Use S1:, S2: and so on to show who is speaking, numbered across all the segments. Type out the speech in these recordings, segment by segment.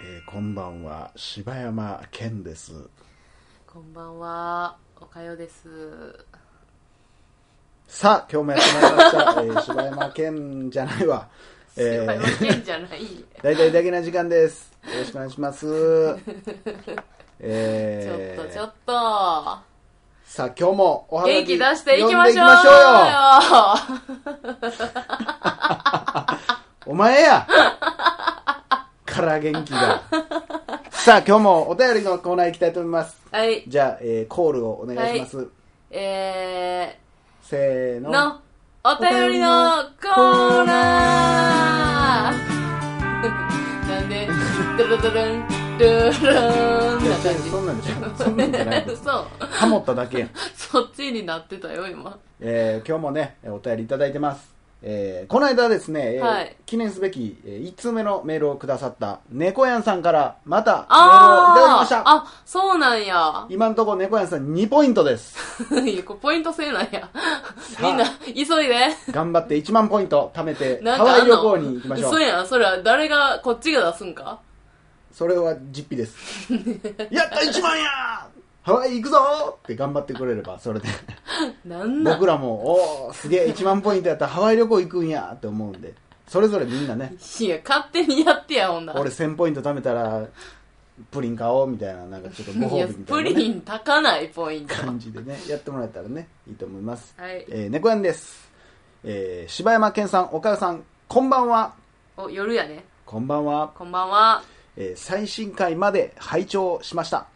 S1: えーこんばんは柴山健です
S2: こんばんは、おかよです。
S1: さあ今日もやってまいりました、えー柴 山健じゃないわ
S2: え
S1: え
S2: ー、
S1: ー、
S2: けんじゃない。
S1: 大体だけな時間ですよろしくお願いします
S2: ち
S1: え
S2: ょっ
S1: ー
S2: とちょっと。
S1: さあ今日もおはがき
S2: 元気出していきまし
S1: 読んで
S2: ょう
S1: いきましょうよ
S2: よ
S1: お前や から元気 がさあ今日もお便りのコーナー行きたいと思います
S2: はい。
S1: じゃあ、えーコールをお願いします、
S2: え
S1: せー
S2: ー、
S1: の
S2: の、お便りのコーナー なんで、ドゥルドゥルン、ドゥルーンな感じ。
S1: そんなんじゃそんなんじゃない です
S2: そう。
S1: ハモっただけやん、
S2: そっちになってたよ、今。
S1: えー今日もねお便りいただいてますえーこの間ですね、えー
S2: はい
S1: 記念すべき、え1通目のメールをくださった猫やんさんからまたメールをいただきま
S2: あ
S1: し
S2: ー
S1: た
S2: あ、そうなんや。
S1: 今のところ猫やんさん2ポイントです
S2: いやこれポイント制なんや。
S1: さあ
S2: みんな、急いで。
S1: 頑張って1万ポイント貯めて
S2: なん
S1: ハ
S2: かあ
S1: ワイ
S2: んの
S1: 旅行に行きましょう
S2: 嘘やん、それは誰が、こっちが出すんか
S1: それは実費です やった1万やハワイ行くぞって頑張ってくれればそれで
S2: なんなん
S1: 僕らもおおすげえ1万ポイントやったらハワイ旅行行くんやって思うんでそれぞれみんなね
S2: いや、勝手にやってや、ほんなら
S1: 俺1000ポイント貯めたらプリン買おうみたいななんかちょっとご
S2: いや
S1: 褒美み、た
S2: プ
S1: いなね、
S2: リン炊かないポイント。
S1: 感じでねやってもらえたらねいいと思います、
S2: はい
S1: えー猫やんです、えー柴山健さん岡代さんこんばんは
S2: お、夜やね。
S1: こんばんは
S2: こんばんは。
S1: えー最新回まで拝聴しました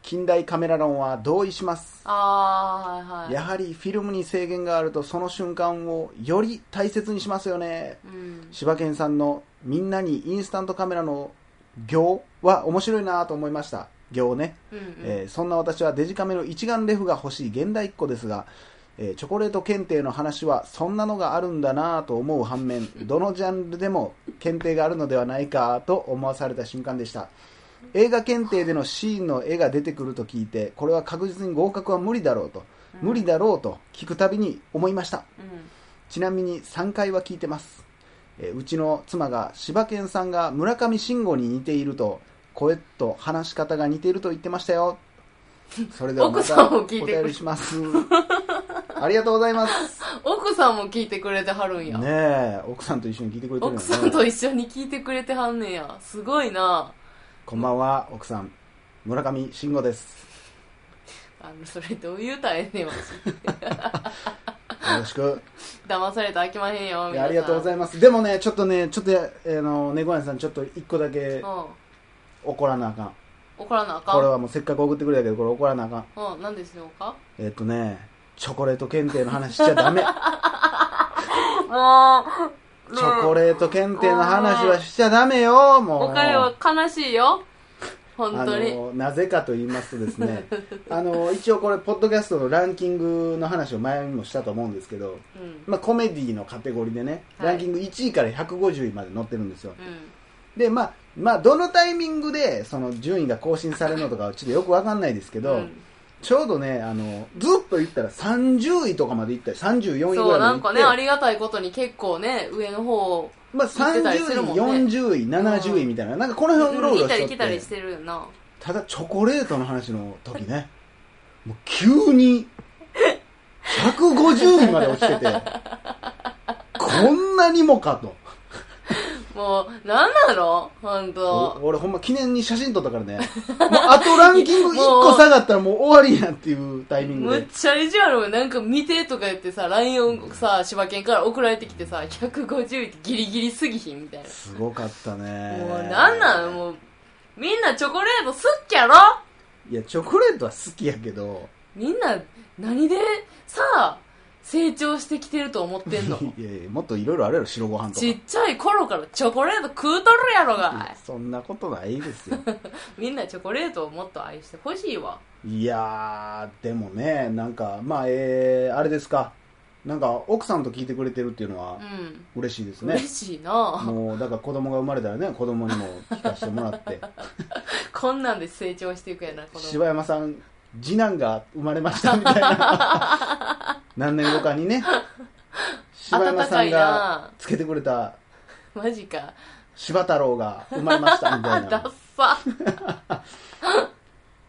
S1: 近代カメラ論は同意します
S2: あー、はいはい。
S1: やはりフィルムに制限があるとその瞬間をより大切にしますよね
S2: うん。
S1: 柴犬さんのみんなにインスタントカメラの行は面白いなと思いました行ね、
S2: うんうん。
S1: えーそんな私はデジカメの一眼レフが欲しい現代っ子ですが、えーチョコレート検定の話はそんなのがあるんだなぁと思う反面どのジャンルでも検定があるのではないかと思わされた瞬間でした映画検定でのシーンの絵が出てくると聞いてこれは確実に合格は無理だろうと無理だろうと聞くたびに思いました
S2: うん。
S1: ちなみに3回は聞いてます、えーうちの妻が柴犬さんが村上信五に似ていると声と話し方が似ていると言ってましたよそれではま
S2: 奥さ
S1: た
S2: ん
S1: お
S2: も聞い
S1: 便
S2: てくれ
S1: りしますありがとうございます
S2: 奥さんも聞いてくれてはるん
S1: ね
S2: や。
S1: え奥さんと一緒に聞いてくれてるの
S2: 奥
S1: ね
S2: さんと一緒に聞いてくれてはんねや。すごいな。
S1: こんばんは奥さん村上信五です
S2: あの、それどういうたええねん、私。
S1: よろ しく
S2: 騙されて飽きまへんよ、
S1: い
S2: み
S1: やありがとうござ
S2: い
S1: いますでもねちょっとねちょっとあ、えーの猫屋さんちょっと一個だけ
S2: ま
S1: 怒らなあかん
S2: うん。怒らなあかん。
S1: これはもうせっかく送ってくれたけどこれ怒らなあかん
S2: うん、何でしょうか
S1: えっとね、チョコレート検定の話しちゃダメ。チ
S2: も う、
S1: ョコレート検定の話はしちゃダメよ、もう。
S2: お金は悲しいよ。本
S1: あ
S2: 当に。
S1: の、なぜかと言いますとです ね、あの、一応これ、ポッドキャストのランキングの話を前にもしたと思うんですけど、
S2: うん。
S1: まあ、コメディのカテゴリーでね、
S2: はい
S1: ランキング1位から150位まで載ってるんですよ。
S2: うん。
S1: で、まあ、まあ、どのタイミングで、その、順位が更新されるのとかはちょっとよくわかんないですけど、
S2: うん
S1: ちょうどね、あの、ずっと言ったら30位とかまで行ったり、34位ぐらいまで行っ
S2: そう、
S1: て、
S2: なんかね、ありがたいことに結構ね、上の方、
S1: まあ、
S2: 行ってたりす
S1: 30
S2: るも
S1: 位、
S2: んね
S1: 40位、70位みたいな、なんかこの辺をうろう
S2: 行
S1: ろ
S2: ったり
S1: しと
S2: 来
S1: った
S2: り
S1: て
S2: してるよな。
S1: ただチョコレートの話の時ねもう急に150位まで落ちててこんなにもかと
S2: もう、なんなの本当。
S1: お俺ほんま記念に写真撮ったからねもうあとランキング1個 下がったらもう終わりやっていうタイミング
S2: むっ
S1: で
S2: ちゃ意地悪なんか見てとか言ってさ、LINE をさ、柴犬から送られてきてさ、150位ってギリギリすぎひんみたいな。
S1: すごかったね
S2: もうなんなのもう、みんなチョコレートすっきゃろ
S1: いやチョコレートは好きやけど
S2: みんな、何で、さあ、成長してきてると思って んの
S1: いやいやもっといろいろあるやろ白ご飯とか
S2: ちっちゃい頃からチョコレート食うとるやろ
S1: い
S2: が
S1: やそんなことないですよ
S2: みんなチョコレートをもっと愛してほしいわ
S1: いやー、でもね、なんか、まあ、えー、あれですか、なんか、奥さんと聞いてくれてるっていうのは
S2: う、ん
S1: 嬉しいですね
S2: 嬉。しいな
S1: もう、だから子供が生まれたらね、子供にも聞かせてもら って、
S2: こんなんで成長していくやなこの
S1: 柴山さん、次男が生まれましたみたいな、 何年後かにね、柴山さ
S2: 温か
S1: ん
S2: い
S1: が
S2: な
S1: つけてくれた
S2: マジか。
S1: 柴太郎が生まれましたみた
S2: あ、
S1: い
S2: ダ
S1: な
S2: ッ。サ。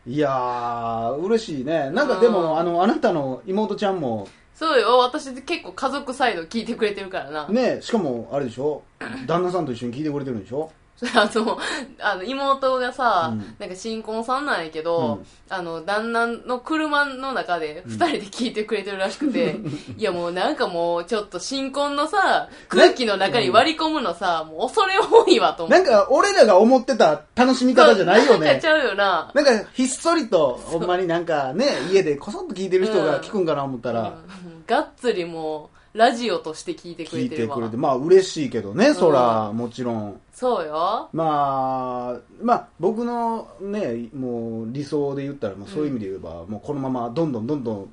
S1: いやー、嬉しいね。なんかで
S2: う
S1: も、
S2: ん
S1: あの、あなたの妹ちゃんも、
S2: そうよ、私結構家族サイド聞いてくれてるからな。
S1: ね、しかも、あれでしょ旦那さんと一緒に聞いてくれてるんでしょ
S2: それあの、あの、妹がさ、
S1: うん
S2: なんか新婚さんなんやけど、
S1: うん
S2: あの、旦那の車の中で二人で聞いてくれてるらしくて、 いやもうなんかもうちょっと新婚のさ、空気の中に割り込むのさ、もう恐れ多いわと思
S1: な
S2: って。
S1: んか、俺らが思ってた楽しみ方じゃないよ
S2: なんか
S1: ね
S2: ち。ゃうよな。
S1: なんか、ひっそりと、ほんまになんかね、家でこそっと聞いてる人が聞くんかな思ったら、
S2: うんがっつりもう、ラジオとして聞いてく
S1: 聞
S2: れ
S1: い
S2: て
S1: て
S2: るわ
S1: く。れて、まあ嬉しいけどね、そら、もちろん。
S2: そうよ。
S1: まあ、まあ、僕のね、もう理想で言ったら、もうそういう意味で言えば、もうこのままどんどんどんどん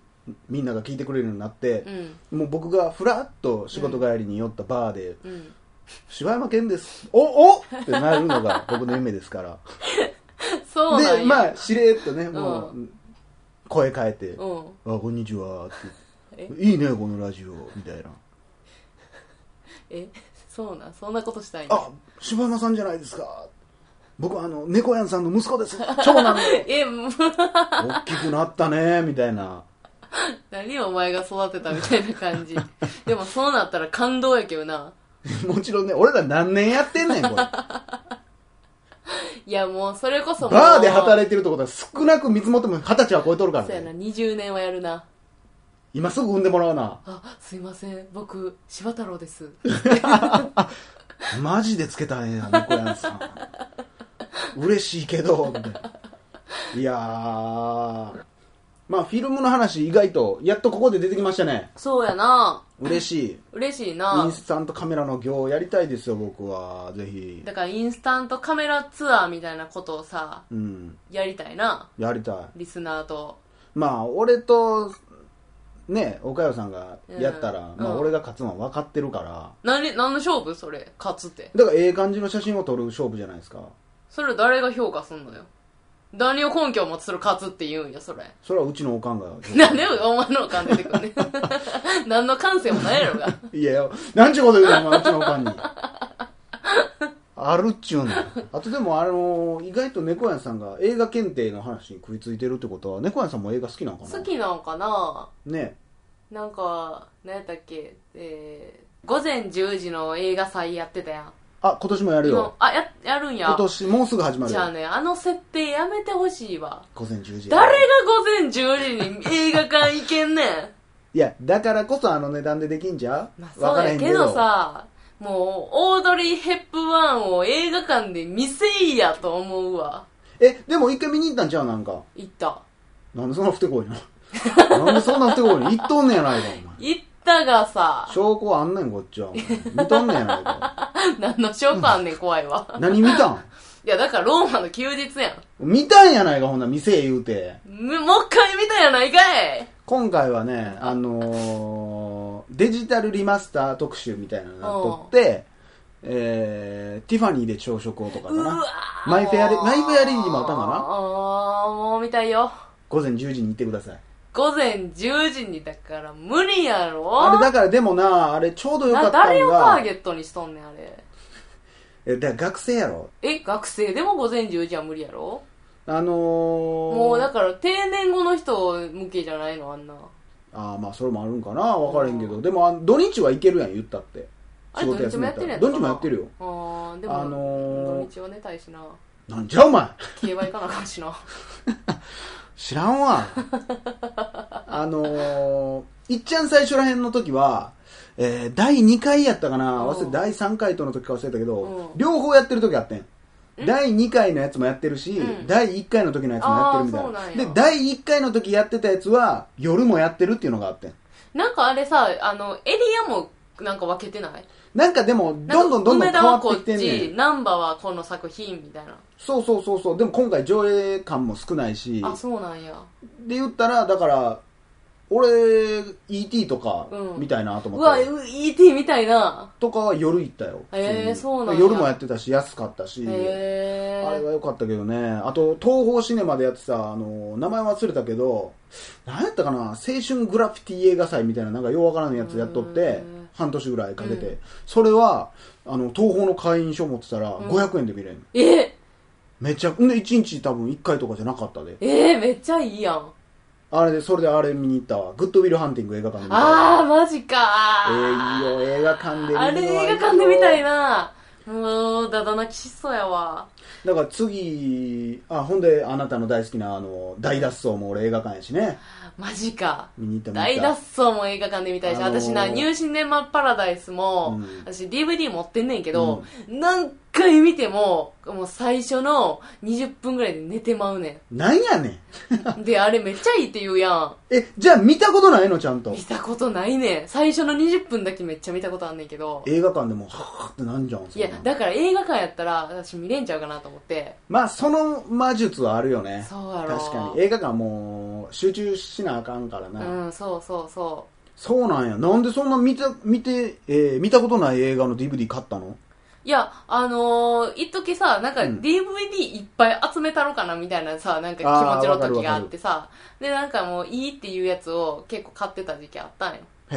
S1: みんなが聞いてくれるようになって
S2: う、ん。
S1: もう僕がふらっと仕事帰りに寄ったバーで、
S2: うん。
S1: 柴山健です、おおってなるのが僕の夢ですから。
S2: そうなん
S1: で、
S2: や。
S1: まあ、しれっとね、も
S2: う
S1: う、声変えて、あ、
S2: うん。
S1: こんにちはって
S2: え
S1: いいね、このラジオ、みたいな。
S2: え、そうなん、そんなことしたいんや
S1: あ、柴山さんじゃないですか。僕はあの、猫やんさんの息子です。長男 で
S2: え、もう
S1: 大きくなったね、みたいな。
S2: 何お前が育てたみたいな 感じでもそうなったら感動やけどな
S1: もちろんね、俺ら何年やってんねん、これ。
S2: いやもうそれこ そもう
S1: バーで働いてるってことは少なく見積もっても二十歳は超えとるか
S2: そう
S1: ら
S2: やな
S1: ね。
S2: 20年はやるな
S1: 今すぐ産んでもらうな。
S2: あすいません僕柴太郎です
S1: マジでつけたんや、猫やんさん。嬉しいけど、みたいな。いやー。まあ、フィルムの話、意外と、やっとここで出てきましたね。
S2: そうやな
S1: 嬉しい。
S2: 嬉しい
S1: イ
S2: な
S1: ンスタントカメラの業をやりたいですよ、僕は。ぜひ。
S2: だからインスタントカメラツアーみたいなことをさ
S1: うん。
S2: やりたいな
S1: やりたい。
S2: リスナーと
S1: まあ、俺と、ね、岡山さんがやったら、
S2: うん
S1: まあ、
S2: うん
S1: 俺が勝つのは分かってるから。
S2: 何何の勝負それ勝つって
S1: だから、ええ感じの写真を撮る勝負じゃないですか。
S2: それ誰が評価すんのよ何を根拠を持つそれ勝つって言うんや それ
S1: それはうちのおかんが。
S2: なんでお前の感出てくん ねん何の感性もないやろが
S1: いや、なんちゅうこと言うの、お前うちのおかんに。あるっちゅうの。あとでも、あの、意外と猫やんさんが映画検定の話に食いついてるってことは、猫やんさんも映画好きなのかな
S2: 好きなんかな
S1: ね。
S2: なんか何やったっけえー、午前10時の映画祭やってたやん
S1: あ、今年もやる
S2: 今
S1: よ。
S2: あややるんや
S1: 今年、もうすぐ始まる
S2: じ
S1: よ
S2: ゃ。あねあの設定やめてほしいわ
S1: 午前10時。
S2: 誰が午前10時に映画館行けんねん
S1: いや、だからこそあの値段でできんじゃ
S2: まあ
S1: わ
S2: そう
S1: からへ
S2: や
S1: ん
S2: けど。さもうオードリー・ヘップワンを映画館で見せいやと思うわ
S1: え、でも一回見に行ったんちゃうなんか。
S2: 行った
S1: なんでそんな不手こいな。なんでそんな不手こいな。行っとんねやないか、お前。
S2: 行ったがさ
S1: 証拠あんねん、こっちは。お前見とんねやないか。
S2: 何の証拠あんねん怖いわ
S1: 何見たん
S2: いやだからローマの休日やん
S1: 見たんやないか、ほんなら店言うて。
S2: むもう一回見たやないかい
S1: 今回はね、あのーデジタルリマスター特集みたいなのが撮って、えー、ティファニーで朝食をとかか
S2: うわ
S1: な。
S2: ー
S1: マイフェアレマイフェアレンジもあったんかな
S2: あーもう見たいよ
S1: 午前10時に行ってください。
S2: 午前10時にだから無理やろ
S1: あれだからでもな、あれちょうどよか
S2: な
S1: った
S2: 誰
S1: の
S2: をター
S1: が
S2: ゲ、ットにしとんねんあれ
S1: えだから学生やろ。
S2: え学生でも午前10時は無理やろ
S1: あのー、
S2: もうだから定年後の人向けじゃないのあんな
S1: ああまあそれもあるんかな分からへんけど、でもあ土日は行けるやん言ったって
S2: あれ土日もやってるやん
S1: 土日もやってるよ
S2: あーでも、
S1: あのー
S2: 土日は寝たいしな
S1: なんじゃお前
S2: 競馬行かなあかんしな
S1: 知らんわあのー、いっちゃん最初らへんの時はえー、第2回やったかな
S2: うん
S1: 忘れて第3回との時か忘れたけど
S2: うん
S1: 両方やってる時あってん第2回のやつもやってるし、
S2: うん
S1: 第1回の時のやつもやってるみた
S2: あーそうなん
S1: いな
S2: や
S1: で第1回の時やってたやつは夜もやってるっていうのがあってん
S2: なんかあれさあのエリアもなんか分けてない
S1: なんかでもどんどんどんどん
S2: 梅田
S1: 変わ
S2: は
S1: って
S2: こ
S1: き
S2: って
S1: んねん
S2: ち、難波はこの作品みたいな。
S1: そうそうそうそうでも今回上映感も少ないし
S2: あ、そうなんや。
S1: で言ったらだから俺 ET とか
S2: うん
S1: みたいなと
S2: う
S1: 思っ
S2: わ、
S1: て、
S2: う ET みたいな。
S1: とかは夜行ったよ
S2: へーそうなんや
S1: 夜もやってたし安かったし、
S2: へ
S1: あれ
S2: ー。
S1: は良かったけどねあと東宝シネマでやってたあの名前忘れたけど何やったかな青春グラフィティ映画祭みたいななんかようわからんやつやっとっ
S2: へ
S1: て
S2: ー
S1: 半年ぐらいかけて、
S2: うん
S1: それはあの東宝の会員証持ってたら500円で見れる、
S2: え
S1: めっちゃんで1日多分1回とかじゃなかったで
S2: えーめっちゃいいやん。
S1: あれでそれであれ見に行ったわグッドウィルハンティング映画館で見た
S2: あー、
S1: わ
S2: マジか
S1: えー、いい
S2: ー。
S1: よ映画館で見るの
S2: あ
S1: はいい
S2: れ
S1: よ
S2: 映画館で見たいな。もう、だだ泣きしそうやわ。
S1: だから次あほんであなたの大好きなあの大脱走も俺映画館やしね
S2: マジか。
S1: 見に行った見に
S2: 大
S1: 行
S2: 脱
S1: った
S2: 走も映画館で見たいし、
S1: あのー
S2: 私な、ニューシネマパラダイスも、
S1: うん
S2: 私 DVD 持ってんねんけど、何回見ても、もう最初の20分ぐらいで寝てまうね
S1: なんやねん
S2: ん。で、あれめっちゃいいって言うやん。
S1: えじゃあ見たことないのちゃんと
S2: 見たことないねん。最初の20分だけめっちゃ見たことあんねんけど。
S1: 映画館でもはぁってなんじゃんそ
S2: い
S1: んな
S2: や、だから映画館やったら、私見れんちゃうかなと思って。
S1: まあその魔術はあるよね
S2: そうやろ。
S1: 確かに映画館もう集中しなあかんからな、
S2: うん、そうそうそ
S1: そうなんやなんでそんな見た見て、えー見たことない映画の DVD 買ったの
S2: う。いや、あのー、一時さ、なんか
S1: うん
S2: DVD いっぱい集めたろかなみたいなさ、なんか
S1: あー
S2: 気持ちの
S1: わかるわ
S2: 時
S1: かる
S2: があってさ、で、なんかもういいっていうやつを結構買ってた時期あったんよ。
S1: へ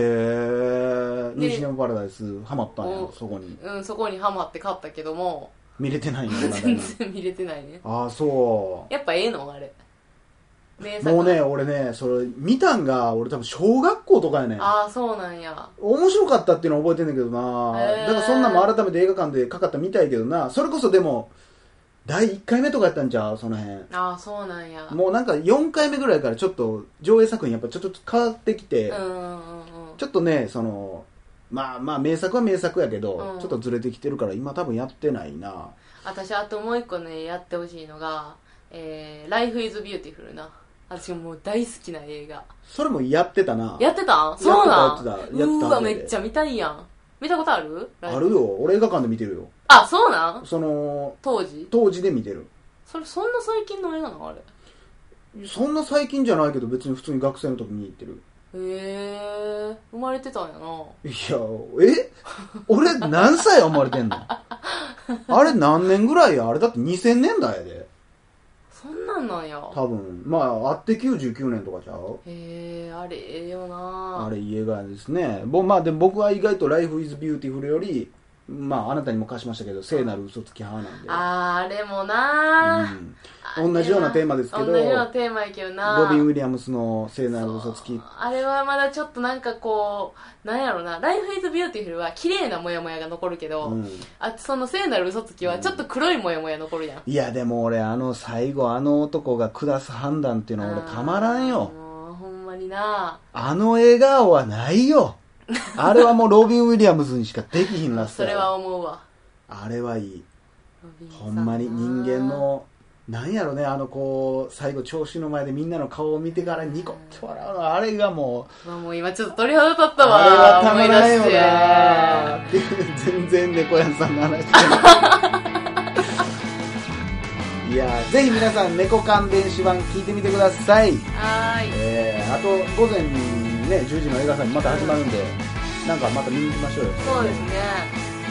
S1: え
S2: で
S1: 西山パラダイスハマったんや
S2: お
S1: そこに
S2: うん、そこにハマって買ったけども、
S1: 見れてないんだまだ
S2: 全
S1: ね
S2: 然見れてないね。
S1: ああそ
S2: やっぱええのあれ。名
S1: う
S2: 作。
S1: もうね俺ねそれ見たんが俺多分小学校とかやねん
S2: ああ、そうなんや。
S1: 面白かったっていうのは覚えてんだけどな、
S2: へ
S1: だ
S2: ー
S1: からそんなんも改めて映画館でかかったみたいけどなそれこそでも第1回目とかやったんちゃうその辺
S2: ああ、そうなんや。
S1: もうなんか4回目ぐらいからちょっと上映作品やっぱちょっと変わってきて、
S2: うんうんうん。
S1: ちょっとねそのまあまあ名作は名作やけど、
S2: うん
S1: ちょっとずれてきてるから今多分やってないな
S2: 私あともう一個ねやってほしいのが「えー、Life is Beautiful な」私もう大好きな映画
S1: それもやってたな
S2: やってたんそうなん
S1: やってたやってたやって
S2: う
S1: た
S2: ーわめっちゃ見たいやん見たことある
S1: あるよ俺映画館で見てるよ
S2: あそうなん
S1: その
S2: 当時
S1: 当時で見てる
S2: それそんな最近の映画なのあれ
S1: そんな最近じゃないけど別に普通に学生の時に行ってる
S2: へえ生まれてたんやない
S1: やえ俺何歳生まれて んのあれ何年ぐらいやあれだって2000年代やで
S2: そんなんなんや
S1: 多分まああって99年とかちゃう
S2: へえあれええよな
S1: あれ、いい映画ですね。ぼまあ、でも僕は意外と Life is Beautiful より、まあ、あなたにも貸しましたけど、聖なる嘘つき派なんで。
S2: あーあれも
S1: う
S2: な、
S1: ん同じようなテーマですけど
S2: 同じようなテーマやけどな
S1: ボビン・ウィリアムスの聖なる嘘つき。
S2: あれはまだちょっとなんかこうなんやろな「ライフイズビューティフルは綺麗なモヤモヤが残るけど、
S1: うん
S2: あその聖なる嘘つきはちょっと黒いモヤモヤ残るやん、
S1: いや、でも俺、あの最後、あの男が下す判断っていうのは俺たまらんよ
S2: あ。のーほんまにな
S1: あの笑顔はないよ。あれはもうロビン・ウィリアムズにしかできひんラスト
S2: そ
S1: や
S2: れは思うわ
S1: あれはいい。
S2: ロビンさ
S1: ほんまに人間のなんやろねあのこう最後聴衆の前でみんなの顔を見てからニコって笑うのあれがもう
S2: うわもう今ちょっと鳥肌立ったわ
S1: あれはたまらんよ
S2: 思い出して
S1: な全然猫屋さんの 話してないいやーぜひ皆さん猫缶電子版聞いてみてください、
S2: はーい
S1: えー、あと午前ね10時の映画祭また始まるんでなんかまた見に行きましょうよ
S2: そうですね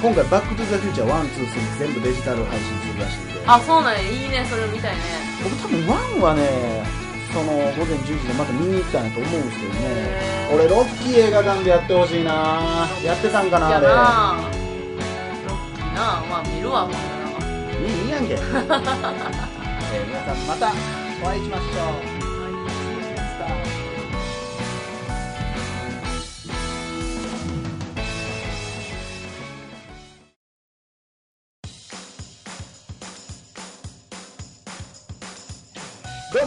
S1: 今回「バック・トゥ・ザ・フューチャー123」全部デジタル配信するらしいんで
S2: あそうなんやいいねそれみたいね
S1: 僕多分ワンはねその午前10時でまた見に行ったんやと思うんですけどね
S2: へー
S1: 俺ロッキー映画館でやってほしいなやってたんか
S2: い
S1: な
S2: やな
S1: あ
S2: ロッキーなまあ見るわほんなら
S1: れいいいいやんけ、え ー皆さんまたお会いしましょうさよならどう